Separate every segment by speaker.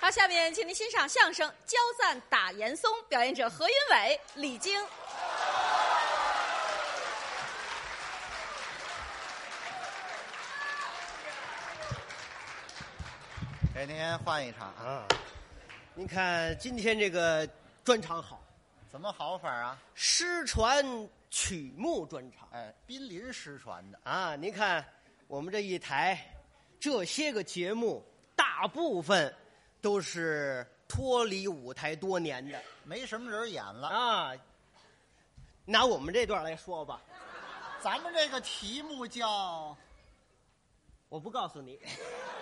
Speaker 1: 好，下面请您欣赏相声《焦赞打严嵩》，表演者何云伟、李菁。
Speaker 2: 给您换一场啊，
Speaker 3: 啊，您看今天这个专场好，
Speaker 2: 怎么好法啊？
Speaker 3: 失传曲目专场
Speaker 2: 哎，濒临失传的，
Speaker 3: 啊！您看我们这一台，这些个节目大部分都是脱离舞台多年的
Speaker 2: 没什么人演了。
Speaker 3: 啊。拿我们这段来说吧，
Speaker 2: 咱们这个题目叫，
Speaker 3: 我不告诉你，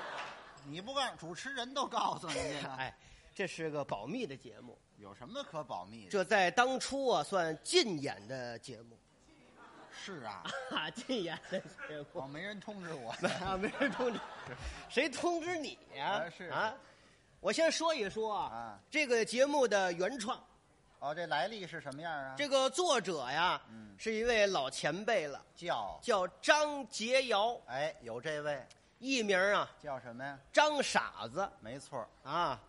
Speaker 2: 你不告诉主持人都告诉你了，
Speaker 3: 哎，这是个保密的节目，
Speaker 2: 有什么可保密的？
Speaker 3: 这在当初啊算禁演的节目，
Speaker 2: 是啊，
Speaker 3: 啊，禁演的节目
Speaker 2: 哦，。没人通知 我。
Speaker 3: 啊，没人通知，谁通知你呀、
Speaker 2: 啊是
Speaker 3: 啊，我先说一说啊，
Speaker 2: 啊
Speaker 3: 这个节目的原创，
Speaker 2: 哦，这来历是什么样啊？
Speaker 3: 这个作者呀，
Speaker 2: 嗯
Speaker 3: 是一位老前辈了，
Speaker 2: 叫，
Speaker 3: 叫张杰尧，
Speaker 2: 哎，有这位
Speaker 3: 艺名啊
Speaker 2: 叫什么呀？
Speaker 3: 张傻子
Speaker 2: 没错儿，
Speaker 3: 啊，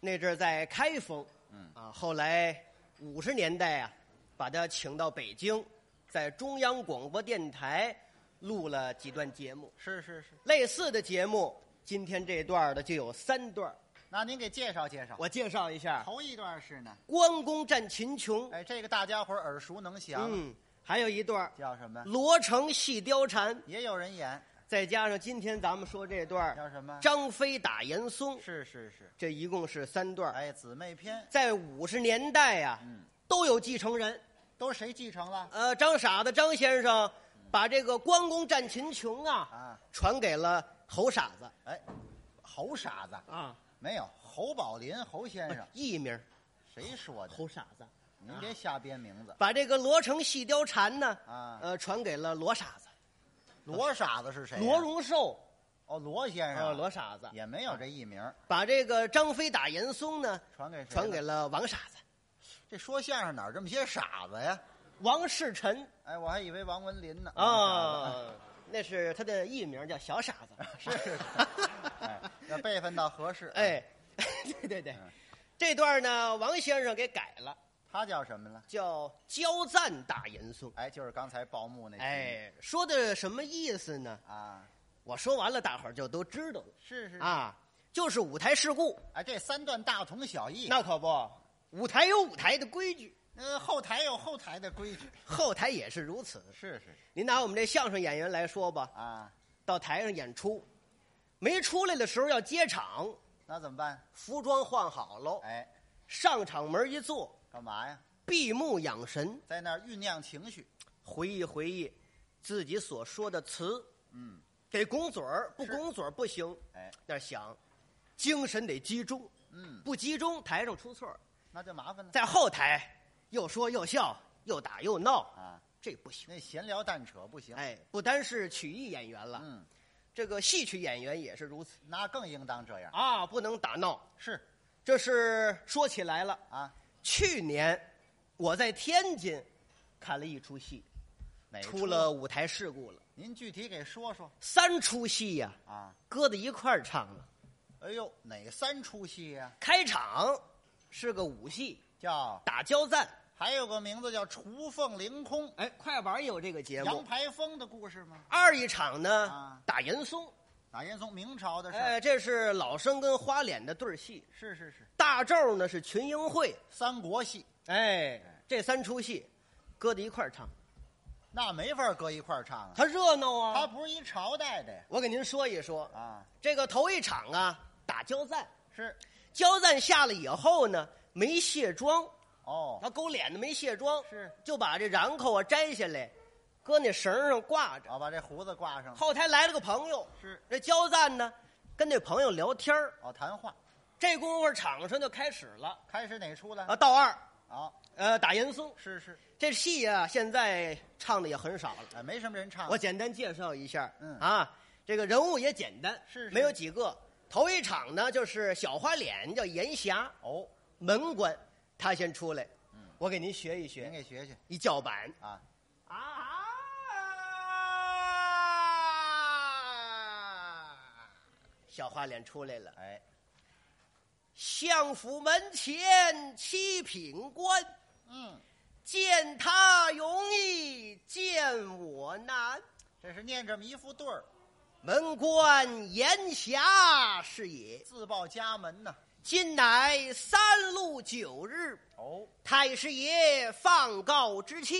Speaker 3: 那阵儿在开封，
Speaker 2: 嗯
Speaker 3: 啊，后来五十年代啊，把他请到北京，在中央广播电台录了几段节目，
Speaker 2: 是是是。
Speaker 3: 类似的节目，今天这段儿的就有三段儿。
Speaker 2: 那您给介绍介绍。
Speaker 3: 我介绍一下，
Speaker 2: 头一段是呢，
Speaker 3: 关公战秦琼，
Speaker 2: 哎，这个大家伙儿耳熟能详，
Speaker 3: 嗯，还有一段儿
Speaker 2: 叫什么？
Speaker 3: 罗成戏貂蝉，
Speaker 2: 也有人演，
Speaker 3: 再加上今天咱们说这段儿
Speaker 2: 叫什么？
Speaker 3: 张飞打严嵩，
Speaker 2: 是是是，
Speaker 3: 这一共是三段儿。
Speaker 2: 哎，姊妹篇，
Speaker 3: 在五十年代呀、
Speaker 2: 嗯，
Speaker 3: 都有继承人，
Speaker 2: 都谁继承了？
Speaker 3: 呃，张傻子张先生把这个关公战秦琼啊
Speaker 2: 啊，
Speaker 3: 传给了侯傻子
Speaker 2: 哎，侯傻子
Speaker 3: 啊，
Speaker 2: 没有，侯宝林侯先 生，
Speaker 3: 呃艺名
Speaker 2: 谁说的？
Speaker 3: 侯傻子，
Speaker 2: 您别瞎编名字
Speaker 3: 把这个罗成戏貂蝉呢，
Speaker 2: 啊！
Speaker 3: 呃，传给了罗傻子，
Speaker 2: 罗傻子是谁呀？
Speaker 3: 罗荣寿，
Speaker 2: 哦，罗先
Speaker 3: 呃，
Speaker 2: 生，
Speaker 3: 罗傻子
Speaker 2: 也没有这艺名，
Speaker 3: 把这个张飞打严嵩呢，
Speaker 2: 传给谁？
Speaker 3: 传给。了王傻子
Speaker 2: 这说相声哪儿这么些傻子呀？
Speaker 3: 王世臣
Speaker 2: 哎，我还以为王文林呢。王傻子，
Speaker 3: 啊， 那是他的艺名叫小傻 子。
Speaker 2: 是是是，哎，那辈分倒合适。，
Speaker 3: 哎，对对对
Speaker 2: 嗯，
Speaker 3: 这段呢，王先生给改了，
Speaker 2: 他叫什么了？
Speaker 3: 叫焦赞打严嵩。
Speaker 2: 哎，就是刚才报幕那。，
Speaker 3: 哎，说的什么意思呢？
Speaker 2: 啊，
Speaker 3: 我说完了，大伙儿就都知道了
Speaker 2: 是是。
Speaker 3: 啊，就是舞台事故，
Speaker 2: 哎，这三段大同小异。
Speaker 3: 那可不，舞台有舞台的规矩，
Speaker 2: 那后台有后台的规矩。
Speaker 3: 后台也是如此。
Speaker 2: 是是是
Speaker 3: 您拿我们这相声演员来说吧，
Speaker 2: 啊，
Speaker 3: 到台上演出，没出来的时候要接场，
Speaker 2: 那怎么办？
Speaker 3: 服装换好喽，
Speaker 2: 哎，
Speaker 3: 上场门一坐，
Speaker 2: 干嘛呀？
Speaker 3: 闭目养神，
Speaker 2: 在那儿酝酿情绪。
Speaker 3: 回忆回忆自己所说的词，
Speaker 2: 嗯，
Speaker 3: 得拱嘴儿，不
Speaker 2: 是
Speaker 3: 拱嘴儿不行，
Speaker 2: 哎，
Speaker 3: 那儿想，精神得集中，
Speaker 2: 嗯，
Speaker 3: 不集中台上出错儿，
Speaker 2: 那就麻烦了
Speaker 3: 在后台又说又笑，又打又闹，
Speaker 2: 啊。
Speaker 3: 这不行。
Speaker 2: 那闲聊淡扯不行。
Speaker 3: 哎，不单是曲艺演员了，
Speaker 2: 嗯，
Speaker 3: 这个戏曲演员也是如此
Speaker 2: 那更应当这样。
Speaker 3: 啊，不能打闹。
Speaker 2: 是
Speaker 3: 这是说起来了。
Speaker 2: 啊，
Speaker 3: 去年我在天津看了一出戏，
Speaker 2: 哪出
Speaker 3: 哎出了？舞台事故了，
Speaker 2: 您具体给说说
Speaker 3: 三出戏呀、
Speaker 2: 啊。
Speaker 3: 搁在一块儿唱了。
Speaker 2: 哎呦，哪三出戏呀、
Speaker 3: 开场是个舞戏，
Speaker 2: 叫
Speaker 3: 打交战。
Speaker 2: 还有个名字叫《雏凤凌空》，
Speaker 3: 哎，快板有这个节
Speaker 2: 杨
Speaker 3: 目。
Speaker 2: 排风的故事吗？
Speaker 3: 二一场呢，
Speaker 2: 啊
Speaker 3: 打严嵩。
Speaker 2: 打严嵩，明朝的事儿。
Speaker 3: 哎，这是老生跟花脸的对儿戏。
Speaker 2: 是是是，
Speaker 3: 大赵呢是群英会。
Speaker 2: 三国戏
Speaker 3: 哎，这三出戏搁在一块儿唱，
Speaker 2: 那没法搁一块儿唱啊，
Speaker 3: 它热闹
Speaker 2: 它
Speaker 3: 啊。
Speaker 2: 不是一朝代的呀。
Speaker 3: 我给您说一说，
Speaker 2: 啊，
Speaker 3: 这个头一场啊，打交战。
Speaker 2: 是
Speaker 3: 焦赞下了以后呢，没卸妆，
Speaker 2: 哦，
Speaker 3: 他勾脸的没卸妆，
Speaker 2: 是
Speaker 3: 就把这瓤扣啊摘下来，搁那绳上挂着。
Speaker 2: 啊，把这胡子挂上了
Speaker 3: 后台来了个朋友，
Speaker 2: 是
Speaker 3: 这焦赞呢跟那朋友聊天儿
Speaker 2: 哦，谈话
Speaker 3: 这功夫场上就开始了
Speaker 2: 开始哪出来？
Speaker 3: 啊，道二
Speaker 2: 啊，
Speaker 3: 呃打严嵩
Speaker 2: 是是，
Speaker 3: 这戏啊，现在唱的也很少了。
Speaker 2: 哎，没什么人唱。
Speaker 3: 我简单介绍一下，
Speaker 2: 嗯
Speaker 3: 啊，这个人物也简单，
Speaker 2: 是是
Speaker 3: 没有几个。头一场呢就是小花脸叫严霞，
Speaker 2: 哦，
Speaker 3: 门关，他先出来，我给您学
Speaker 2: 嗯
Speaker 3: 一
Speaker 2: 您
Speaker 3: 学，
Speaker 2: 给学学
Speaker 3: 一叫板
Speaker 2: 啊，
Speaker 3: 啊啊，小花脸出来了，
Speaker 2: 哎，
Speaker 3: 相府门前七品官，
Speaker 2: 嗯，
Speaker 3: 见他容易见我难。
Speaker 2: 这是念这么一副对儿，
Speaker 3: 门关严狭是也，
Speaker 2: 自报家门呐。
Speaker 3: 今乃三路九日，
Speaker 2: 哦，
Speaker 3: 太师爷放告之期。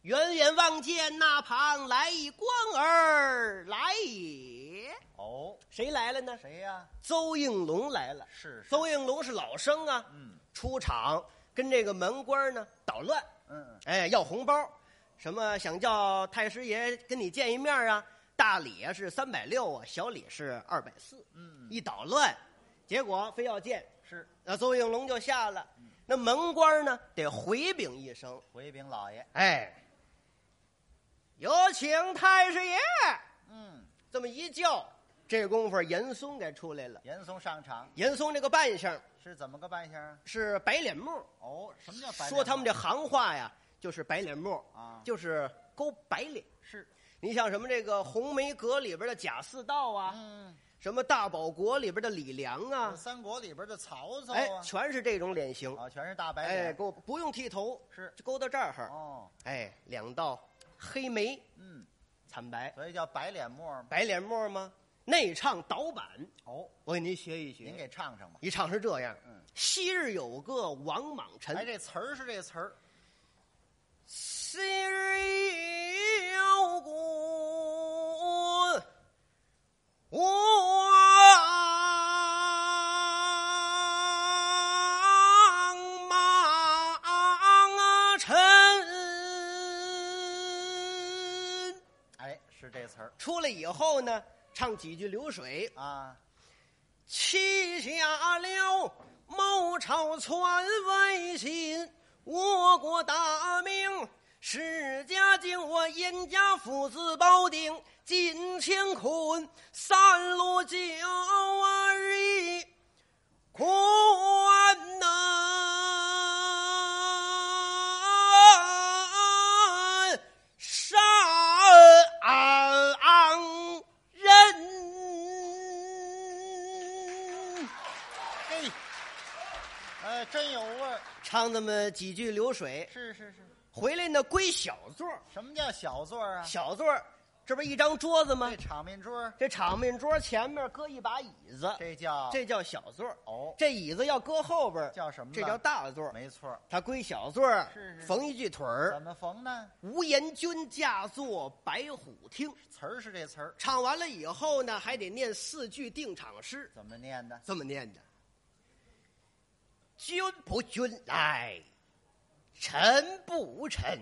Speaker 3: 远远望见那旁来一官儿来也，
Speaker 2: 哦，
Speaker 3: 谁来了呢？
Speaker 2: 谁呀？
Speaker 3: 邹应龙来了。
Speaker 2: 是是
Speaker 3: 邹应龙是老生啊，
Speaker 2: 嗯
Speaker 3: 出场跟这个门官呢捣乱，
Speaker 2: 嗯，
Speaker 3: 哎，要红包，什么想叫太师爷跟你见一面啊？大礼啊是三百六啊，小礼是二百四。
Speaker 2: 嗯
Speaker 3: 一捣乱，结果非要见，
Speaker 2: 是
Speaker 3: 那邹应龙就下了。那门官呢得回禀一声，
Speaker 2: 回禀老爷。
Speaker 3: 哎，有请太师爷。
Speaker 2: 嗯，
Speaker 3: 这么一叫，这功夫严嵩该出来了。
Speaker 2: 严嵩上场
Speaker 3: 严嵩这个扮相
Speaker 2: 是怎么个扮相啊？
Speaker 3: 是白脸木，
Speaker 2: 哦，什么叫白脸
Speaker 3: 说他们这
Speaker 2: 猫
Speaker 3: 行话呀，就是白脸沫
Speaker 2: 啊
Speaker 3: 就是勾白脸。
Speaker 2: 是
Speaker 3: 你像什么这个《红梅阁》里边的贾似道啊，
Speaker 2: 嗯，
Speaker 3: 什么《大保国》里边的李良啊，
Speaker 2: 三国里边的曹操
Speaker 3: 哎，
Speaker 2: 啊，
Speaker 3: 全是这种脸型。
Speaker 2: 啊，全是大白
Speaker 3: 哎，
Speaker 2: 脸。
Speaker 3: 勾不用剃头，
Speaker 2: 是
Speaker 3: 就勾到这儿哈。
Speaker 2: 哦，
Speaker 3: 哎，两道黑眉
Speaker 2: 嗯，
Speaker 3: 惨白，
Speaker 2: 所以叫白脸沫儿嘛。
Speaker 3: 白脸沫吗？内唱倒板，
Speaker 2: 哦，
Speaker 3: 我给您学一
Speaker 2: 您
Speaker 3: 学。
Speaker 2: 给唱唱吧。
Speaker 3: 一唱是这样：
Speaker 2: 嗯
Speaker 3: 昔日有个王莽臣，
Speaker 2: 哎，这词儿是这词儿。
Speaker 3: 昔日有故王莽臣，
Speaker 2: 哎，是这词儿
Speaker 3: 出来以后呢，唱几句流水，
Speaker 2: 啊。
Speaker 3: 七下了谋朝篡外心，我国大明。世家敬我严家父子保定金乾坤，三路九二一坤呐、上人。
Speaker 2: 嘿，呃，真有味儿。
Speaker 3: 唱那么几句流水，
Speaker 2: 是是是。
Speaker 3: 回来呢归小座儿
Speaker 2: 什么叫小座儿啊？
Speaker 3: 小座儿这不是一张桌子吗
Speaker 2: 这？场面桌儿，
Speaker 3: 这场面桌前面搁一把椅子，
Speaker 2: 这叫
Speaker 3: 这叫小座儿
Speaker 2: 哦
Speaker 3: 这椅子要搁后边儿
Speaker 2: 叫什么呢
Speaker 3: 这叫大座儿
Speaker 2: 没错儿。
Speaker 3: 它归小座儿
Speaker 2: 是是
Speaker 3: 缝一句腿
Speaker 2: 怎
Speaker 3: 儿。
Speaker 2: 么缝呢？
Speaker 3: 无颜君驾坐白虎听，
Speaker 2: 词儿是这词儿，
Speaker 3: 唱完了以后呢，还得念四句定场诗，
Speaker 2: 怎么念的？
Speaker 3: 这么念的：君不君来，臣不无臣，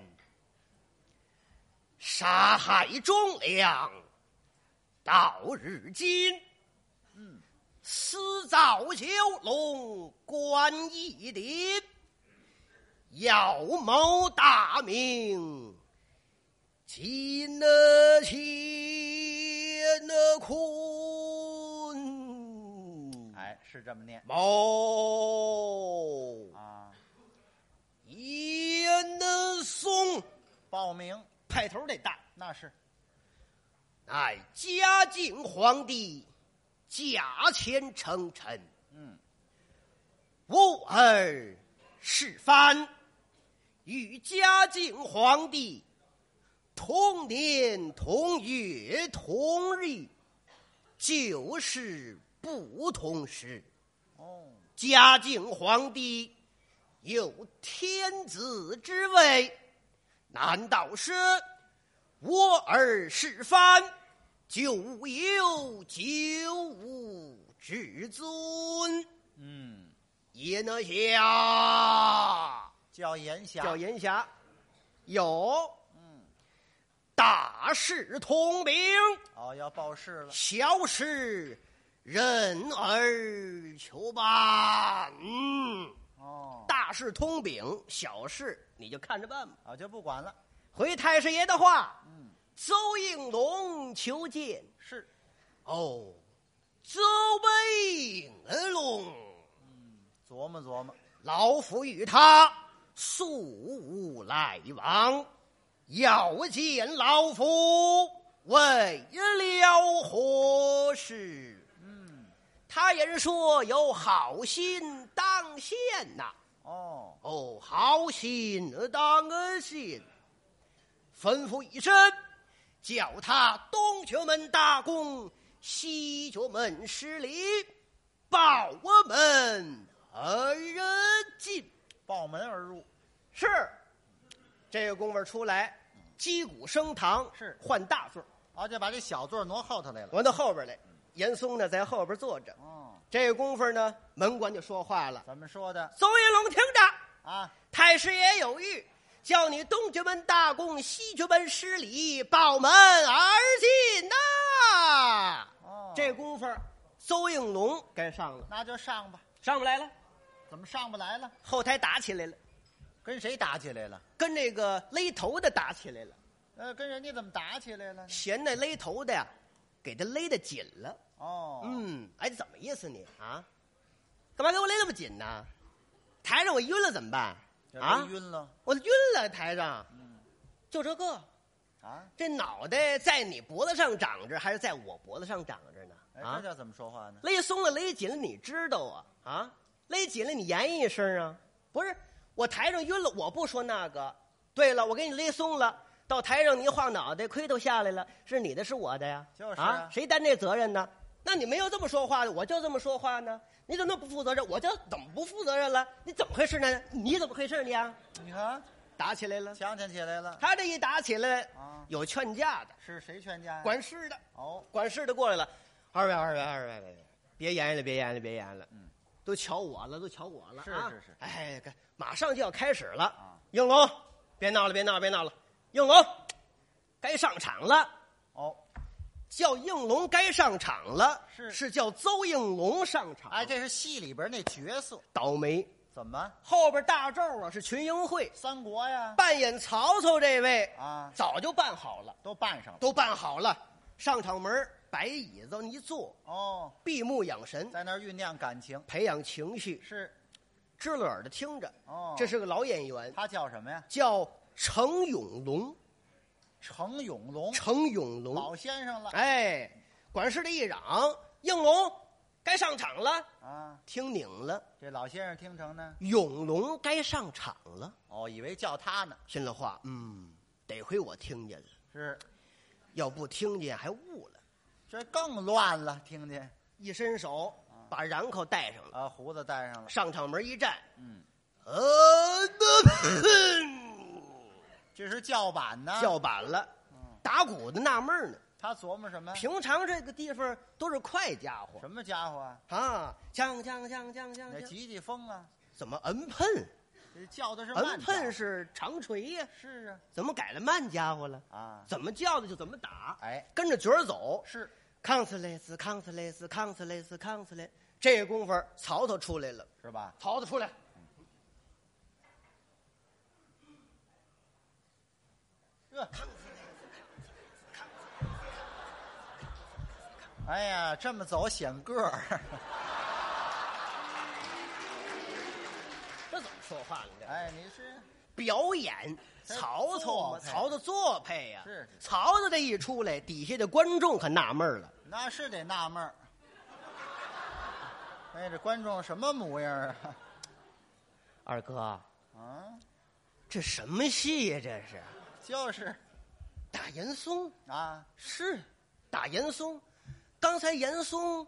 Speaker 3: 杀害忠良，到日今。
Speaker 2: 嗯，
Speaker 3: 私造九龙观一鼎，要谋大明，今了乾了坤，
Speaker 2: 哎，是这么念
Speaker 3: 谋
Speaker 2: 啊。
Speaker 3: 严嵩，
Speaker 2: 报名
Speaker 3: 派头得大，
Speaker 2: 那是
Speaker 3: 乃嘉靖皇帝驾前称臣。
Speaker 2: 嗯，
Speaker 3: 吾儿是藩，与嘉靖皇帝同年同月同日，九是不同时。
Speaker 2: 哦，
Speaker 3: 嘉靖皇帝有天子之位，难道是我儿是藩，久有久无之尊？
Speaker 2: 嗯，
Speaker 3: 也能下。
Speaker 2: 叫严霞，
Speaker 3: 叫严侠，有
Speaker 2: 嗯，
Speaker 3: 大事通明，
Speaker 2: 哦，要报事了，
Speaker 3: 小事任而求办。嗯，
Speaker 2: 哦，
Speaker 3: 大事通禀，小事你就看着办吧。
Speaker 2: 啊，就不管了，
Speaker 3: 回太师爷的话，
Speaker 2: 嗯，
Speaker 3: 邹应龙求见。
Speaker 2: 是
Speaker 3: 哦，邹应龙。
Speaker 2: 琢磨琢磨，
Speaker 3: 老夫与他素无来往，要见老夫为了何事？
Speaker 2: 嗯，
Speaker 3: 他人说有好心当先呐、
Speaker 2: 哦，
Speaker 3: 哦，好心当心，吩咐一声，叫他东角门打工，西角门施礼，保我们恩人进。
Speaker 2: 抱门而入，
Speaker 3: 是，这个功夫出来，击鼓升堂，
Speaker 2: 是
Speaker 3: 换大座，
Speaker 2: 啊，就把这小座挪后头来了。
Speaker 3: 挪到后边来。严嵩呢在后边坐着。
Speaker 2: 哦，
Speaker 3: 这个功夫呢，门官就说话了
Speaker 2: 怎么说的：“
Speaker 3: 宋义龙，听着。”
Speaker 2: 啊？
Speaker 3: 太师爷有谕，叫你东局门大供，西局门施礼，抱门而进呐、
Speaker 2: 哦，
Speaker 3: 这功夫，邹应龙该上了，
Speaker 2: 那就上吧。
Speaker 3: 上不来了，
Speaker 2: 怎么上不来了？
Speaker 3: 后台打起来了，
Speaker 2: 跟谁打起来了？
Speaker 3: 跟这个勒头的打起来了，
Speaker 2: 呃，跟人家怎么打起来了呢？
Speaker 3: 嫌那勒头的呀，给他勒得紧了。
Speaker 2: 哦，
Speaker 3: 嗯，哎，怎么意思你啊？干嘛给我勒那么紧呢？台上我晕了怎么办？
Speaker 2: 这
Speaker 3: 啊
Speaker 2: 都，晕了嗯
Speaker 3: 我晕了，台上，就这个。
Speaker 2: 啊！
Speaker 3: 这脑袋在你脖子上长着，还是在我脖子上长着呢？
Speaker 2: 哎，这
Speaker 3: 啊，
Speaker 2: 叫怎么说话呢？
Speaker 3: 勒松了，勒紧了，你知道啊？啊，勒紧了，你言语一声啊？不是，我台上晕了，我不说那个。对了，我给你勒松了，到台上你一晃脑袋，盔头下来了，是你的，是我的呀？
Speaker 2: 就是啊
Speaker 3: 啊，谁担这责任呢？那你没有这么说话的，我就这么说话呢？你怎么那么不负责任？我就怎么不负责任了？你怎么回事呢？你怎么回事你啊？
Speaker 2: 你看，
Speaker 3: 打起来了。
Speaker 2: 强抢起来了。
Speaker 3: 他这一打起来
Speaker 2: 啊，
Speaker 3: 有劝架的，
Speaker 2: 是谁劝架呀？
Speaker 3: 管事的。
Speaker 2: 哦，
Speaker 3: 管事的过来了，二位二位二位二位，别言语了，别言语了，别言语了，
Speaker 2: 嗯，
Speaker 3: 都瞧我了，都瞧我了，
Speaker 2: 是
Speaker 3: 啊
Speaker 2: 是是
Speaker 3: 哎，该马上就要开始了，
Speaker 2: 啊
Speaker 3: 应龙，别闹了，别闹了，别闹了，应龙，该上场了，
Speaker 2: 哦，
Speaker 3: 叫应龙该上场了，
Speaker 2: 是
Speaker 3: 是叫邹应龙上场，
Speaker 2: 哎，这是戏里边那角色，
Speaker 3: 倒霉，
Speaker 2: 怎么
Speaker 3: 后边大咒啊是群英会
Speaker 2: 三国呀？
Speaker 3: 扮演曹操这位
Speaker 2: 啊
Speaker 3: 早就办好了，
Speaker 2: 都扮上了。
Speaker 3: 都办好了，上场门儿摆椅子一坐，
Speaker 2: 哦，
Speaker 3: 闭目养神。
Speaker 2: 在那儿酝酿感情
Speaker 3: 培养情绪，
Speaker 2: 是
Speaker 3: 支了耳的听着。
Speaker 2: 哦
Speaker 3: 这是个老演员，
Speaker 2: 他叫什么呀？
Speaker 3: 叫程永龙。
Speaker 2: 程永龙，
Speaker 3: 程永
Speaker 2: 老
Speaker 3: 龙，
Speaker 2: 先生了
Speaker 3: 哎，管事的一嚷：“应龙，该上场了。
Speaker 2: 啊”！
Speaker 3: 听拧了，
Speaker 2: 这老先生听成呢，
Speaker 3: 永龙该上场了。
Speaker 2: 哦，以为叫他呢，
Speaker 3: 心里话，嗯，得亏我听见了，
Speaker 2: 是
Speaker 3: 要不听见还误了。
Speaker 2: 这更乱了，听见
Speaker 3: 一伸手，把髯口带上了，
Speaker 2: 啊，胡子戴上了，
Speaker 3: 上场门一站，
Speaker 2: 嗯，
Speaker 3: 呃，
Speaker 2: 这是叫板呢。
Speaker 3: 叫板了。打鼓的纳闷呢，
Speaker 2: 他琢磨什么？
Speaker 3: 平常这个地方都是快家伙，
Speaker 2: 什么家伙啊？
Speaker 3: 啊，锵锵锵锵锵
Speaker 2: 那
Speaker 3: 锵！
Speaker 2: 急急风啊，
Speaker 3: 怎么摁喷？
Speaker 2: 这叫嗯的是慢
Speaker 3: 摁
Speaker 2: 叫
Speaker 3: 喷是长锤呀、
Speaker 2: 是
Speaker 3: 怎么改了慢家伙了？
Speaker 2: 啊啊，
Speaker 3: 怎么叫的就怎么打，
Speaker 2: 哎，
Speaker 3: 跟着角儿走。
Speaker 2: 是
Speaker 3: 康斯雷斯，康斯雷斯，康斯雷斯，康斯雷。这功夫，曹操出来了。
Speaker 2: 是吧？
Speaker 3: 曹操出来，
Speaker 2: 这，哎呀，这么走显个儿，
Speaker 3: 这怎么说话了？这
Speaker 2: 哎，你是
Speaker 3: 表演曹操嘛，
Speaker 2: 这作配
Speaker 3: 曹操作配呀、
Speaker 2: 是是
Speaker 3: 曹操这一出来，底下的观众可纳闷了。
Speaker 2: 那是得纳闷儿。哎，这观众什么模样啊？
Speaker 3: 二哥，
Speaker 2: 啊，
Speaker 3: 这什么戏呀、这是
Speaker 2: 就是
Speaker 3: 打严嵩。
Speaker 2: 啊，
Speaker 3: 是，打严嵩。刚才严嵩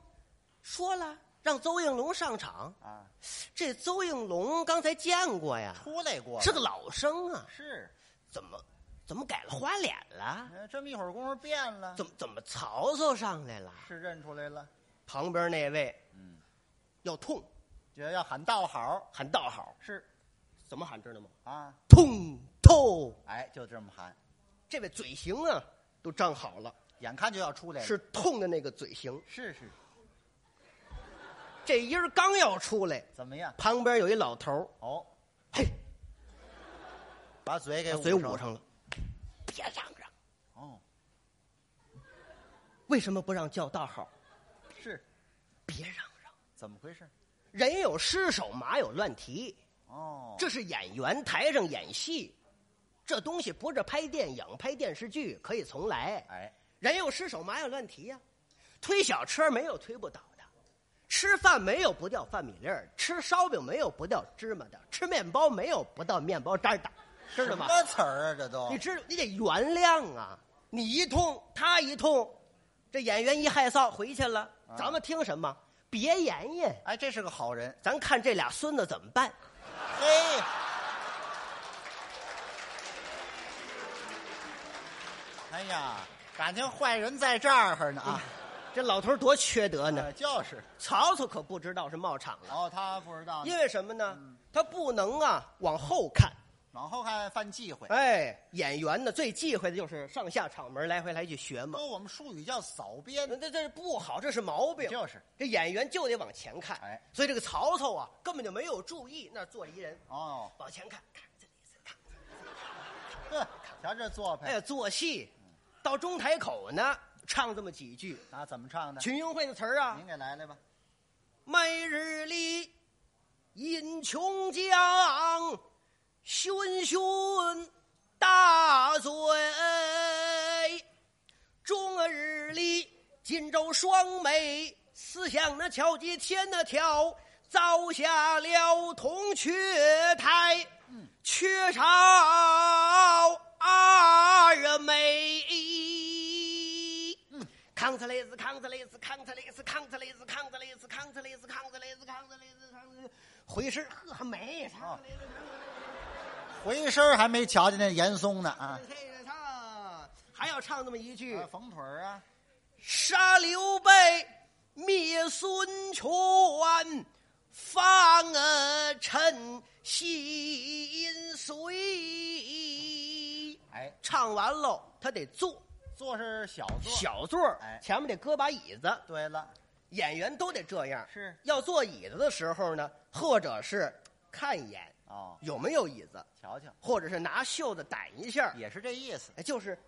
Speaker 3: 说了，让邹应龙上场。
Speaker 2: 啊，
Speaker 3: 这邹应龙刚才见过呀，
Speaker 2: 出来过
Speaker 3: 是个老生啊，
Speaker 2: 是，
Speaker 3: 怎么怎么改了花脸了？
Speaker 2: 哎这么一会儿功夫变了，
Speaker 3: 怎么怎么曹操上来了？
Speaker 2: 是认出来了，
Speaker 3: 旁边那位
Speaker 2: 嗯，
Speaker 3: 要痛，
Speaker 2: 就要喊道好，
Speaker 3: 喊道好，
Speaker 2: 是
Speaker 3: 怎么喊知道吗？
Speaker 2: 啊，
Speaker 3: 痛透！
Speaker 2: 哎，就这么喊，
Speaker 3: 这位嘴型啊都张好了，
Speaker 2: 眼看就要出来了，
Speaker 3: 是痛的那个嘴型。
Speaker 2: 是是，
Speaker 3: 这音儿刚要出来，
Speaker 2: 怎么样？
Speaker 3: 旁边有一老头儿
Speaker 2: 哦，
Speaker 3: 嘿，
Speaker 2: 把嘴给
Speaker 3: 把嘴捂
Speaker 2: 捂
Speaker 3: 上了，别嚷嚷。
Speaker 2: 哦，
Speaker 3: 为什么不让叫道号？
Speaker 2: 是，
Speaker 3: 别嚷嚷，
Speaker 2: 怎么回事？
Speaker 3: 人有失手，马有乱蹄，
Speaker 2: 哦，
Speaker 3: 这是演员台上演戏，这东西不是拍电影、拍电视剧可以重来。
Speaker 2: 哎，
Speaker 3: 人有失手，马有乱蹄呀、推小车没有推不倒的，吃饭没有不掉饭米粒儿，吃烧饼没有不掉芝麻的，吃面包没有不掉面包渣儿的，知道吗？
Speaker 2: 什么词儿啊？这都
Speaker 3: 你知道，你得原谅啊！你一通，他一通，这演员一害臊回去了，
Speaker 2: 啊
Speaker 3: 咱们听什么？别演演，
Speaker 2: 哎，这是个好人。
Speaker 3: 咱看这俩孙子怎么办？
Speaker 2: 嘿，哎呀，感情坏人在这儿呢啊！
Speaker 3: 这老头儿多缺德呢！
Speaker 2: 哎就是，
Speaker 3: 曹操可不知道是冒场了，
Speaker 2: 哦，他不知道呢，
Speaker 3: 因为什么呢？
Speaker 2: 嗯
Speaker 3: 他不能啊往后看。
Speaker 2: 往后看犯忌讳。
Speaker 3: 哎，演员呢最忌讳的就是上下场门来回来去学嘛
Speaker 2: 说，我们术语叫扫边
Speaker 3: 那，这这不好，这是毛病。
Speaker 2: 就是
Speaker 3: 这演员就得往前看，
Speaker 2: 哎
Speaker 3: 所以这个曹操啊根本就没有注意那儿坐着一人，
Speaker 2: 哦。
Speaker 3: 往前看，看这里这里看，
Speaker 2: 呵，瞧这做派，
Speaker 3: 哎呀，做戏，到中台口呢唱这么几句
Speaker 2: 啊，怎么唱的？
Speaker 3: 群英会的词儿啊，
Speaker 2: 您给来来吧。
Speaker 3: 麦日里，饮琼浆，醺醺大醉。终日里，今朝双眉，思想那巧计天那条，遭下了铜雀台，缺少二妹。康特雷斯，康特雷斯，康特雷斯，康特雷斯，康特雷斯，康特雷斯，康特雷斯，康特雷斯，康特雷斯，回身呵美，康特雷斯，
Speaker 2: 回身儿还没瞧见那严嵩呢啊
Speaker 3: 康！特雷斯，唱，还要唱那么一句
Speaker 2: 啊，缝腿儿啊，
Speaker 3: 杀刘备，灭孙权，放啊陈心随。
Speaker 2: 哎，
Speaker 3: 唱完喽，他得坐
Speaker 2: 坐是小坐。
Speaker 3: 小座儿
Speaker 2: 哎
Speaker 3: 前面得搁把椅子，
Speaker 2: 对了，
Speaker 3: 演员都得这样。
Speaker 2: 是
Speaker 3: 要坐椅子的时候呢，或者是看一眼
Speaker 2: 哦，
Speaker 3: 有没有椅子，
Speaker 2: 瞧瞧，
Speaker 3: 或者是拿袖子掸一下，
Speaker 2: 也是这意思。
Speaker 3: 哎就是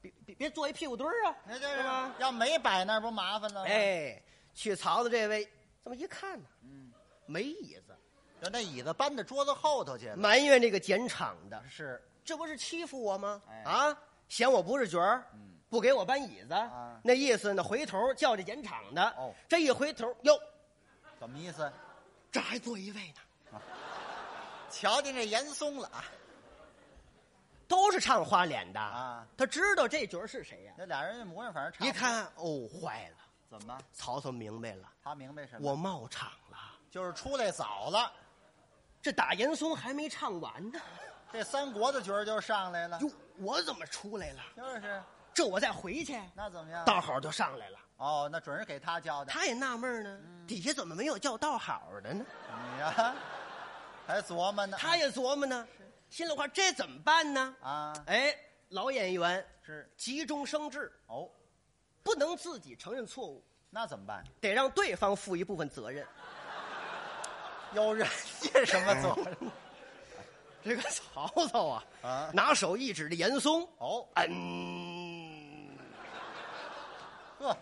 Speaker 3: 别别别坐一屁股墩儿啊，
Speaker 2: 那就是
Speaker 3: 吧？
Speaker 2: 要没摆那儿不麻烦了吗？
Speaker 3: 哎，去曹操这位这么一看呢，
Speaker 2: 嗯，
Speaker 3: 没椅子，
Speaker 2: 就那椅子搬到桌子后头去了。
Speaker 3: 埋怨这个剪场的，
Speaker 2: 是，
Speaker 3: 这不是欺负我吗？
Speaker 2: 哎
Speaker 3: 啊，嫌我不是角儿，
Speaker 2: 嗯，
Speaker 3: 不给我搬椅子，
Speaker 2: 啊
Speaker 3: 那意思呢？回头叫这剪场的，
Speaker 2: 哦
Speaker 3: 这一回头哟，
Speaker 2: 怎么意思？
Speaker 3: 这还坐一位呢，
Speaker 2: 瞧见这严嵩了啊！
Speaker 3: 都是唱花脸的
Speaker 2: 啊。
Speaker 3: 他知道这角儿是谁呀、
Speaker 2: 那俩人的模样反正差不多。
Speaker 3: 一看，哦，坏了，
Speaker 2: 怎么？
Speaker 3: 曹操明白了，
Speaker 2: 他明白什么？
Speaker 3: 我冒场了。
Speaker 2: 就是出来早了，
Speaker 3: 这打严嵩还没唱完呢，
Speaker 2: 这三国的角儿就上来了。
Speaker 3: 哟，我怎么出来了？
Speaker 2: 就是，
Speaker 3: 这我再回去，
Speaker 2: 那怎么样？
Speaker 3: 道好就上来了。
Speaker 2: 哦，那准是给他教的。
Speaker 3: 他也纳闷呢，底下怎么没有叫道好的呢？
Speaker 2: 你哎呀， 还琢磨呢。
Speaker 3: 嗯他也琢磨呢，心里话这怎么办呢？
Speaker 2: 啊，
Speaker 3: 哎，老演员
Speaker 2: 是
Speaker 3: 急中生智，
Speaker 2: 哦，
Speaker 3: 不能自己承认错误，
Speaker 2: 那怎么办？
Speaker 3: 得让对方负一部分责任。
Speaker 2: 有人家什么 做？
Speaker 3: 这个曹操啊，
Speaker 2: 嗯啊
Speaker 3: 拿手一指着严嵩，
Speaker 2: 哦，
Speaker 3: 嗯，
Speaker 2: 呵，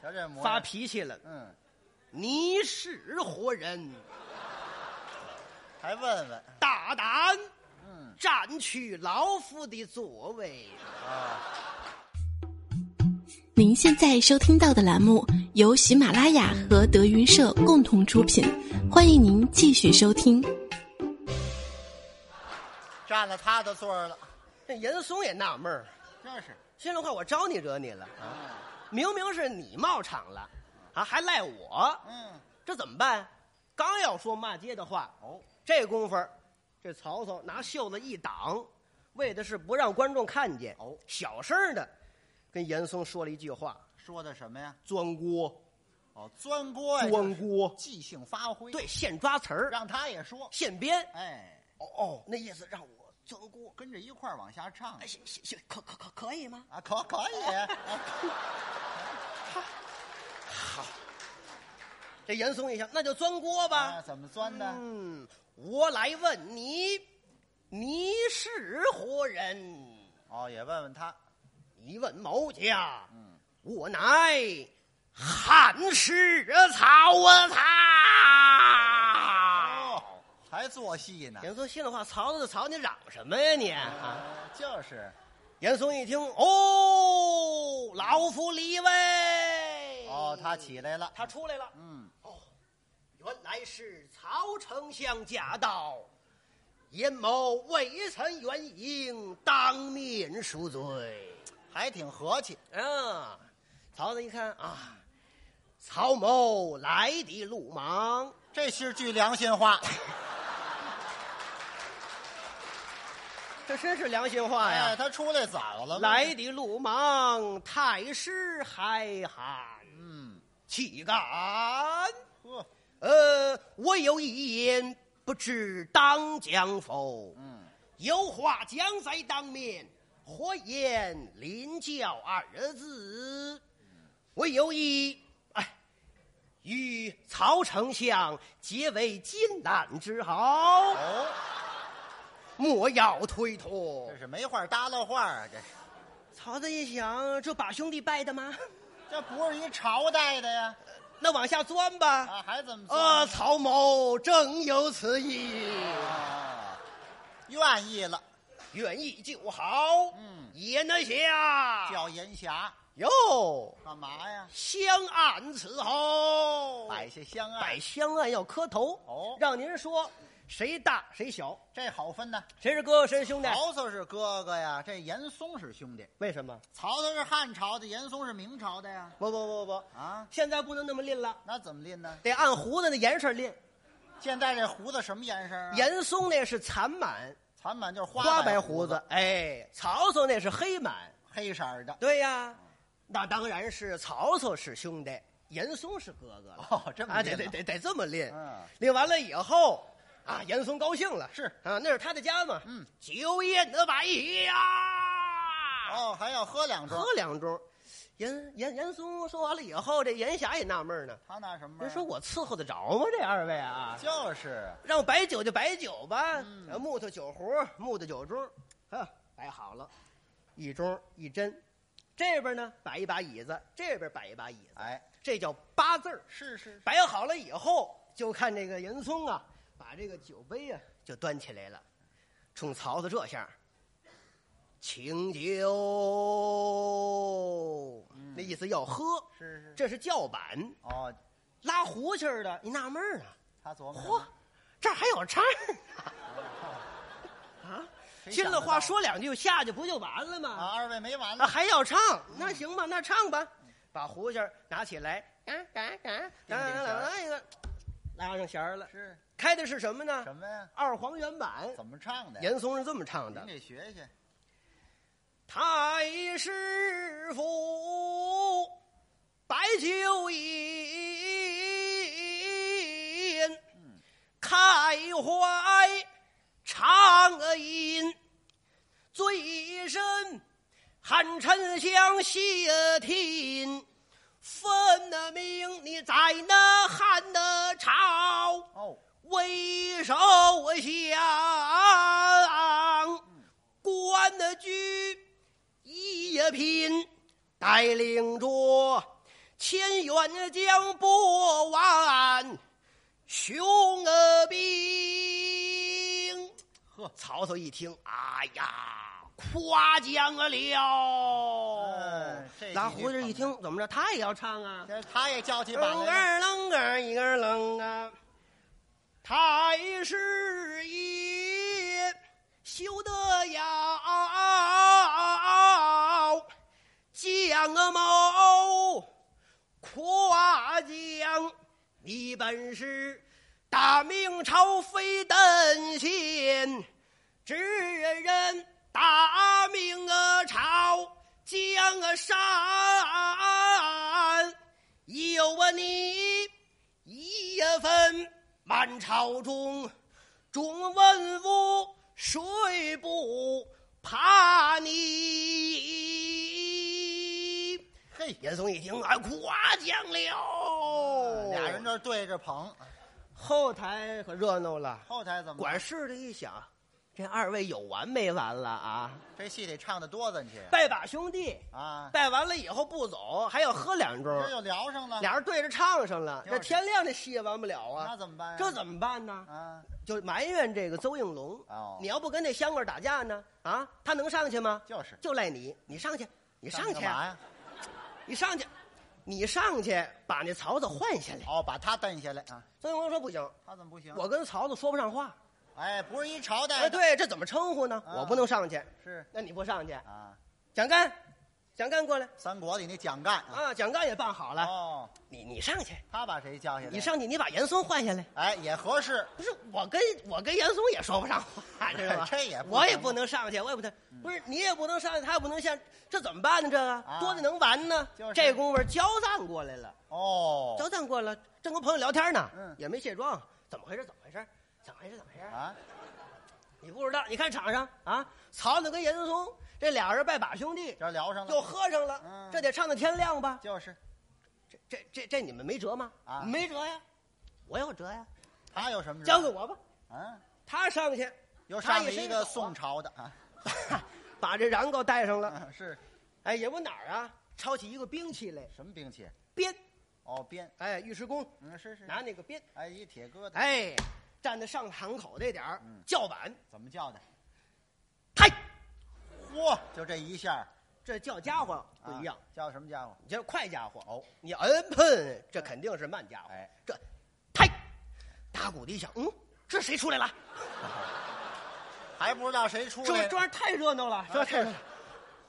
Speaker 2: 瞧这模样
Speaker 3: 发脾气了，
Speaker 2: 嗯，
Speaker 3: 你是活人，
Speaker 2: 还问问
Speaker 3: 大胆
Speaker 2: 嗯
Speaker 3: 占据老夫的座位。
Speaker 2: 啊，
Speaker 4: 您现在收听到的栏目由喜马拉雅和德云社共同出品，欢迎您继续收听。
Speaker 2: 占了他的座儿了，
Speaker 3: 这严嵩也纳闷儿，
Speaker 2: 真是
Speaker 3: 心里话，我招你惹你了？
Speaker 2: 啊，
Speaker 3: 明明是你冒场了，啊，还赖我，
Speaker 2: 嗯，
Speaker 3: 这怎么办？刚要说骂街的话，
Speaker 2: 哦，
Speaker 3: 这功夫儿，这曹操拿袖子一挡，为的是不让观众看见。
Speaker 2: 哦
Speaker 3: 小声的跟严嵩说了一句话
Speaker 2: 说的什么呀？：“
Speaker 3: 钻锅，
Speaker 2: 哦，钻锅呀，
Speaker 3: 钻锅。
Speaker 2: 即兴发挥，”
Speaker 3: 对，，现抓词儿，
Speaker 2: 让他也说，
Speaker 3: 现编。
Speaker 2: 哎，
Speaker 3: 哦哦，那意思让我钻锅。
Speaker 2: 跟着一块儿往下唱
Speaker 3: 哎，行行行，可可可可以吗？
Speaker 2: 啊，可可以， 哎
Speaker 3: 这严嵩一想，那就钻锅吧
Speaker 2: 啊，。怎么钻的？
Speaker 3: 嗯，我来问你，你是何人？
Speaker 2: 哦，也问问他，
Speaker 3: 你问某家，
Speaker 2: 嗯，
Speaker 3: 我乃汉室啊曹操。
Speaker 2: 哦，还做戏呢，
Speaker 3: 严嵩心里话，曹操的曹，你嚷什么呀你？啊！
Speaker 2: 啊，就是，
Speaker 3: 严嵩一听，哦，老夫立位。
Speaker 2: 哦，他起来了，
Speaker 3: 哎他出来了。
Speaker 2: 嗯，
Speaker 3: 哦，来是曹丞相驾到，严某未曾援迎，当面赎罪。
Speaker 2: 还挺和气。
Speaker 3: 啊，曹子一看啊，曹某来的路忙，
Speaker 2: 这是句良心话，
Speaker 3: 这真是良心话
Speaker 2: 哎，
Speaker 3: 呀！
Speaker 2: 他出来早了，
Speaker 3: 来，的路忙，太师海涵，
Speaker 2: 嗯，
Speaker 3: 岂敢？
Speaker 2: 呵，
Speaker 3: 呃，我有一言，不知当讲否？
Speaker 2: 嗯，
Speaker 3: 有话将在当面，或言临教二字。我有意，哎，与曹丞相结为金兰之好，
Speaker 2: 哦，
Speaker 3: 莫要推脱
Speaker 2: 这。是没话搭了话啊，这是，
Speaker 3: 曹操一想，这把兄弟拜的吗？
Speaker 2: 这不是一朝代的呀，
Speaker 3: 那往下钻吧。
Speaker 2: 啊，还怎么
Speaker 3: 啊，
Speaker 2: 算
Speaker 3: 曹某正有此意，
Speaker 2: 啊，愿意了，
Speaker 3: 愿意就好。
Speaker 2: 嗯
Speaker 3: 也难下
Speaker 2: 叫银霞
Speaker 3: 哟，
Speaker 2: 干嘛呀？
Speaker 3: 相按此后，
Speaker 2: 摆下香案，
Speaker 3: 摆香案要磕头
Speaker 2: 哦
Speaker 3: 让您说谁大谁小，
Speaker 2: 这好分呐。
Speaker 3: 谁是哥哥谁是兄弟？
Speaker 2: 曹操是哥哥呀，这严嵩是兄弟。
Speaker 3: 为什么？
Speaker 2: 曹操是汉朝的，严嵩是明朝的呀。
Speaker 3: 不不不不，
Speaker 2: 啊，
Speaker 3: 现在不能那么吝了，
Speaker 2: 那怎么拎呢？
Speaker 3: 得按胡子的颜色吝。
Speaker 2: 现在这胡子什么颜色啊？
Speaker 3: 严嵩那是残满
Speaker 2: 残满就是
Speaker 3: 花
Speaker 2: 白
Speaker 3: 白胡子，哎，曹操那是黑满。
Speaker 2: 黑色儿的。
Speaker 3: 对呀，那当然是曹操是兄弟，严嵩是哥哥了。
Speaker 2: 哦这么
Speaker 3: 啊，
Speaker 2: 拎
Speaker 3: 得得
Speaker 2: 呢
Speaker 3: 得得这么拎。
Speaker 2: 嗯
Speaker 3: 拎完了以后啊，严嵩高兴了，
Speaker 2: 是
Speaker 3: 啊，那是他的家嘛。
Speaker 2: 嗯，
Speaker 3: 酒宴得摆呀，
Speaker 2: 哦，还要喝两盅
Speaker 3: 喝。两盅。严严严嵩说完了以后，这严霞也纳闷呢，
Speaker 2: 他那什么味儿？
Speaker 3: 人说我伺候得着吗？这二位啊，
Speaker 2: 嗯就是
Speaker 3: 让摆酒就摆酒吧，
Speaker 2: 嗯
Speaker 3: 呃木头酒壶，木头酒盅，呵，摆好了，一盅一针。这边呢摆一把椅子，这边摆一把椅子，
Speaker 2: 哎，
Speaker 3: 这叫八字儿。
Speaker 2: 是是
Speaker 3: 摆好了以后，就看这个严嵩啊，把这个酒杯啊就端起来了，冲曹操这下，请酒，那意思要喝，
Speaker 2: 是是。
Speaker 3: 这是叫板，
Speaker 2: 哦，
Speaker 3: 拉胡琴儿的，你纳闷儿呢，
Speaker 2: 他琢磨什
Speaker 3: 嚯
Speaker 2: 么。，
Speaker 3: 这儿还有唱儿呢。
Speaker 2: 谁
Speaker 3: 进
Speaker 2: 想
Speaker 3: 了
Speaker 2: 得
Speaker 3: 话
Speaker 2: 到
Speaker 3: 说两句，下去不就完了吗？
Speaker 2: 啊，二位没完
Speaker 3: 啊，
Speaker 2: 了。
Speaker 3: 还要唱？
Speaker 2: 嗯
Speaker 3: 那行吧，那唱吧，把胡琴儿拿起来，
Speaker 2: 啊
Speaker 3: 嘎嘎嘎，
Speaker 2: 定
Speaker 3: 嘎
Speaker 2: 弦
Speaker 3: 嘎
Speaker 2: 儿
Speaker 3: 拉一个，拉上弦儿了。
Speaker 2: 是
Speaker 3: 开的是什么呢？
Speaker 2: 什么呀？
Speaker 3: 二黄原版。
Speaker 2: 怎么唱的呀？
Speaker 3: 严嵩是这么唱的
Speaker 2: 您：给学学。
Speaker 3: 太师府，白酒饮，开怀长饮，醉生汉丞相谢听。分了明，你在那汉的朝。
Speaker 2: 哦，
Speaker 3: 为首相，官居一品，带领着千员将不完雄兵。呵，曹操一听，哎呀，夸奖了
Speaker 2: 嗯这。
Speaker 3: 拿
Speaker 2: 几句
Speaker 3: 胡子
Speaker 2: 捧的
Speaker 3: 一听，怎么着？他也要唱啊？
Speaker 2: 这他也叫起板
Speaker 3: 啷个
Speaker 2: 来了。
Speaker 3: 儿啷个嗯儿一个儿啷啊！太师爷修得要，将某夸奖你本是大明朝妃邓贤，指认大明朝啊江山。有啊你一分，满朝中中文武谁不怕你？
Speaker 2: 嘿，
Speaker 3: 严嵩一听，啊，夸奖了。
Speaker 2: 啊俩人这儿对着捧，
Speaker 3: 后台可热闹了，
Speaker 2: 后台怎么
Speaker 3: 管事的一想，这二位有完没完了啊？
Speaker 2: 这戏得唱的多咱去
Speaker 3: 拜把兄弟，
Speaker 2: 啊！
Speaker 3: 拜完了以后不走，还要喝两盅。
Speaker 2: 这又聊上了，
Speaker 3: 俩人对着唱上了，
Speaker 2: 就是
Speaker 3: 这天亮这戏也完不了啊。
Speaker 2: 那怎么办呀？
Speaker 3: 这怎么办呢？
Speaker 2: 啊？
Speaker 3: 就埋怨这个邹应龙。
Speaker 2: 哦
Speaker 3: 你要不跟那香味儿打架呢？啊，他能上去吗？
Speaker 2: 就是
Speaker 3: 就赖你，你上去，你上去啊
Speaker 2: 干嘛呀？
Speaker 3: 你上去，你上去把那曹操换下来。
Speaker 2: 哦，把他蹬下来啊，
Speaker 3: 孙文公说不行，
Speaker 2: 他怎么不行？
Speaker 3: 我跟曹操说不上话。
Speaker 2: 哎，不是一朝代的，
Speaker 3: 哎，嗯对，这怎么称呼呢？
Speaker 2: 啊
Speaker 3: 我不能上去，
Speaker 2: 是
Speaker 3: 那你不上去？
Speaker 2: 啊，
Speaker 3: 蒋干，蒋干过来
Speaker 2: 三国里那蒋干啊，
Speaker 3: 啊！蒋干也办好了，
Speaker 2: 哦，
Speaker 3: 你你上去，
Speaker 2: 他把谁叫下来？
Speaker 3: 你，上去，你把严嵩换下来。
Speaker 2: 哎，也合适。
Speaker 3: 不是我跟我跟严嵩也说不上话，知道 吧？
Speaker 2: 这也不
Speaker 3: 我也
Speaker 2: 行嗯
Speaker 3: 不能上去，我也不能，不是你也不能上去，他也不能下，这怎么办呢？这个
Speaker 2: 啊
Speaker 3: 多的能完呢
Speaker 2: 就是。
Speaker 3: 这功夫焦赞过来了，
Speaker 2: 哦，
Speaker 3: 焦赞过来了，正跟朋友聊天呢
Speaker 2: 嗯，
Speaker 3: 也没卸妆，怎么回事？怎么回事？怎么回事？怎么回事？
Speaker 2: 啊，
Speaker 3: 你不知道？你看场上啊，曹操跟严嵩这俩人拜把兄弟，
Speaker 2: 这聊上了，
Speaker 3: 又喝上了
Speaker 2: 嗯，
Speaker 3: 这得唱到天亮吧？
Speaker 2: 就是
Speaker 3: 这这这这你们没辙吗？
Speaker 2: 啊
Speaker 3: 没辙呀，我有辙呀，
Speaker 2: 他有什么？
Speaker 3: 交给，我吧。
Speaker 2: 嗯，
Speaker 3: 他上去，
Speaker 2: 又上
Speaker 3: 他
Speaker 2: 了
Speaker 3: 也伸
Speaker 2: 一个
Speaker 3: 手啊
Speaker 2: 宋朝的 啊，
Speaker 3: 把这穰狗带上了。
Speaker 2: 嗯 是
Speaker 3: 哎，也不哪儿啊，抄起一个兵器来，
Speaker 2: 什么兵器？
Speaker 3: 鞭。
Speaker 2: 哦，鞭，
Speaker 3: 哎，尉迟恭
Speaker 2: 嗯，是是，
Speaker 3: 拿那个鞭，
Speaker 2: 哎，一铁疙瘩，
Speaker 3: 哎，站在上堂口这点儿
Speaker 2: 嗯
Speaker 3: 叫板，
Speaker 2: 怎么叫的？
Speaker 3: 嗨，
Speaker 2: 嚯，就这一下
Speaker 3: 这叫家伙不
Speaker 2: 啊
Speaker 3: 一样，，
Speaker 2: 叫什么家伙？
Speaker 3: 你这快家伙，
Speaker 2: 哦，
Speaker 3: 你摁喷，这肯定是慢家伙。
Speaker 2: 哎，
Speaker 3: 这，嗨，打鼓的一响，嗯，这谁出来了？
Speaker 2: 还不知道谁出
Speaker 3: 这
Speaker 2: 来
Speaker 3: 这玩意儿太热闹了，这太热闹了。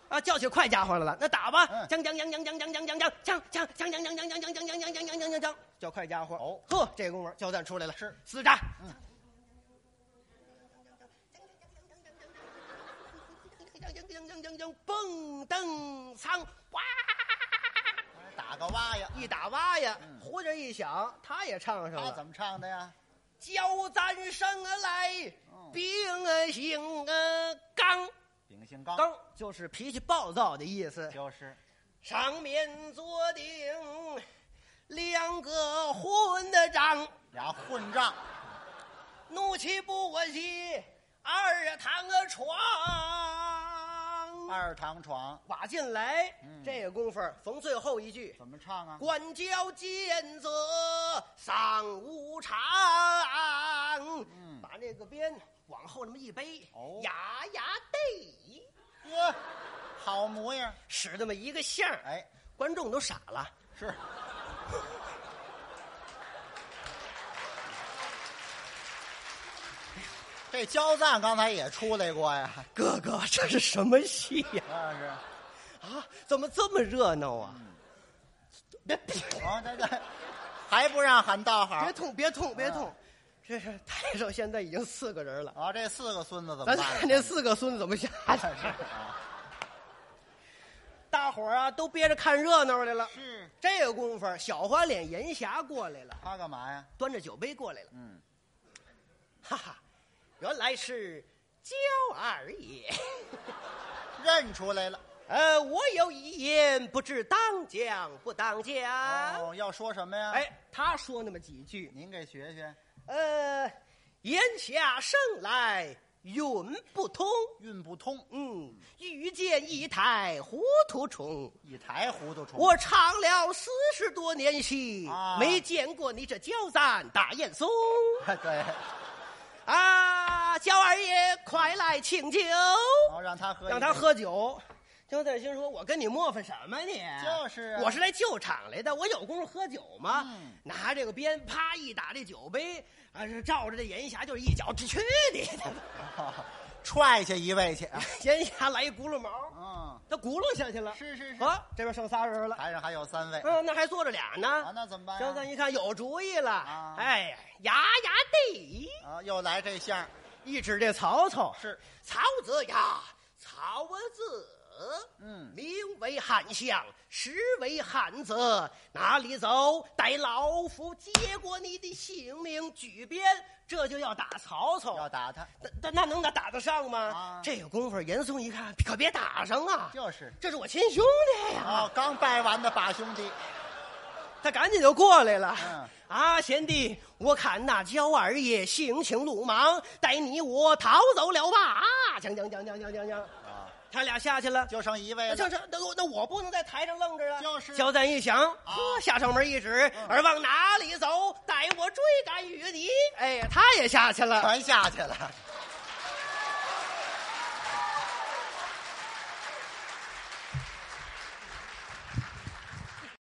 Speaker 3: 啊，叫起快家伙来了，那打吧，锵锵锵锵锵锵锵锵锵锵锵锵锵锵锵锵锵锵锵锵锵锵锵锵，叫快家伙。
Speaker 2: 哦
Speaker 3: 呵，这功夫焦赞出来了，是厮杀。锵锵锵锵锵，蹦蹬仓，哇！
Speaker 2: 哎打个蛙呀，
Speaker 3: 一打哇呀，胡着一响，他也唱上
Speaker 2: 他
Speaker 3: 了
Speaker 2: 怎。么唱的呀？
Speaker 3: 叫咱生来，兵啊行啊刚。
Speaker 2: 秉性刚，
Speaker 3: 刚就是脾气暴躁的意思。
Speaker 2: 就是
Speaker 3: 上面坐定两个混的账，
Speaker 2: 俩混账，
Speaker 3: 怒气不我息，二堂个床。
Speaker 2: 二堂床
Speaker 3: 瓦进来，
Speaker 2: 嗯
Speaker 3: 这个功夫儿逢最后一句，
Speaker 2: 怎么唱啊？
Speaker 3: 管教奸责赏无常。
Speaker 2: 嗯
Speaker 3: 把那个鞭往后那么一背，
Speaker 2: 哦
Speaker 3: 呀呀对，
Speaker 2: 呵，好模样，
Speaker 3: 使这么一个相儿，
Speaker 2: 哎，
Speaker 3: 观众都傻了。
Speaker 2: 是 这焦赞刚才也出来过呀，
Speaker 3: 哥哥，这是什么戏呀、
Speaker 2: 那是。
Speaker 3: 啊？怎么这么热闹啊？别
Speaker 2: 哦，这这还不让喊道号
Speaker 3: 别？痛，别痛，别
Speaker 2: 嗯
Speaker 3: 痛！这是太守现在已经四个人了，
Speaker 2: 啊，这四个孙子怎么
Speaker 3: 咱
Speaker 2: 办？啊
Speaker 3: 看这四个孙子怎么下
Speaker 2: 是
Speaker 3: 去。
Speaker 2: 啊，
Speaker 3: 大伙儿啊，都憋着看热闹来了。
Speaker 2: 是
Speaker 3: 这个功夫，小花脸严霞过来了，
Speaker 2: 他干嘛呀？
Speaker 3: 端着酒杯过来了，
Speaker 2: 嗯，
Speaker 3: 哈哈，原来是焦二爷。
Speaker 2: 认出来了。
Speaker 3: 呃，我有一言，不知当讲不当讲。
Speaker 2: 哦，要说什么呀？，
Speaker 3: 啊哎，他说那么几句，
Speaker 2: 您给学学，
Speaker 3: 呃，眼下生来运不通，
Speaker 2: 运不通，
Speaker 3: 嗯，遇见一台糊涂虫。
Speaker 2: 一台糊涂虫。
Speaker 3: 我唱了四十多年戏，
Speaker 2: 啊
Speaker 3: 没见过你这焦赞大眼松
Speaker 2: 对，
Speaker 3: 啊！焦二爷，快来请酒，
Speaker 2: 哦，让他喝，
Speaker 3: 让他，喝酒。焦赞兴说：“我跟你磨叽什么你？
Speaker 2: 就是啊
Speaker 3: 我是来救场来的，我有功夫喝酒吗？
Speaker 2: 嗯
Speaker 3: 拿这个鞭啪一打这酒杯，啊，是照着这严霞就是一脚，去你的！”
Speaker 2: 踹下一位去。 啊
Speaker 3: 闲暇来一轱辘毛，
Speaker 2: 嗯，
Speaker 3: 他轱辘下去了。
Speaker 2: 是是是，
Speaker 3: 啊，这边剩仨人了，
Speaker 2: 台上还有三位，
Speaker 3: 嗯，那还坐着俩
Speaker 2: 啊，
Speaker 3: 呢。
Speaker 2: 那怎么办
Speaker 3: 焦
Speaker 2: 呀？
Speaker 3: 赞一看有主意了，
Speaker 2: 啊
Speaker 3: 哎呀，牙牙地，
Speaker 2: 啊，又来这项，
Speaker 3: 一指这曹操，
Speaker 2: 是
Speaker 3: 曹子呀，曹子，
Speaker 2: 嗯
Speaker 3: 名为汉相，实为汉子，哪里走？待老夫接过你的性命，举鞭，这就要打曹操。
Speaker 2: 要打他，
Speaker 3: 那那那能打打得上吗？
Speaker 2: 啊
Speaker 3: 这个功夫，严嵩一看，可别打上啊！
Speaker 2: 就是。
Speaker 3: 这是我亲兄弟呀、
Speaker 2: 哦，刚拜完的把兄弟，
Speaker 3: 他赶紧就过来了。
Speaker 2: 嗯
Speaker 3: 啊，贤弟，我看那焦二爷性情鲁莽，待你我逃走了吧！啊将将将将将将将，
Speaker 2: 啊，
Speaker 3: 他俩下去了。
Speaker 2: 就剩一位
Speaker 3: 那
Speaker 2: 了
Speaker 3: 这。这那我那我不能在台上愣着了。
Speaker 2: 就是啊嗯
Speaker 3: 焦赞一想，呵，下上门一指，而往哪里走？待我追赶与你。哎，他也下去了。
Speaker 2: 全下去了。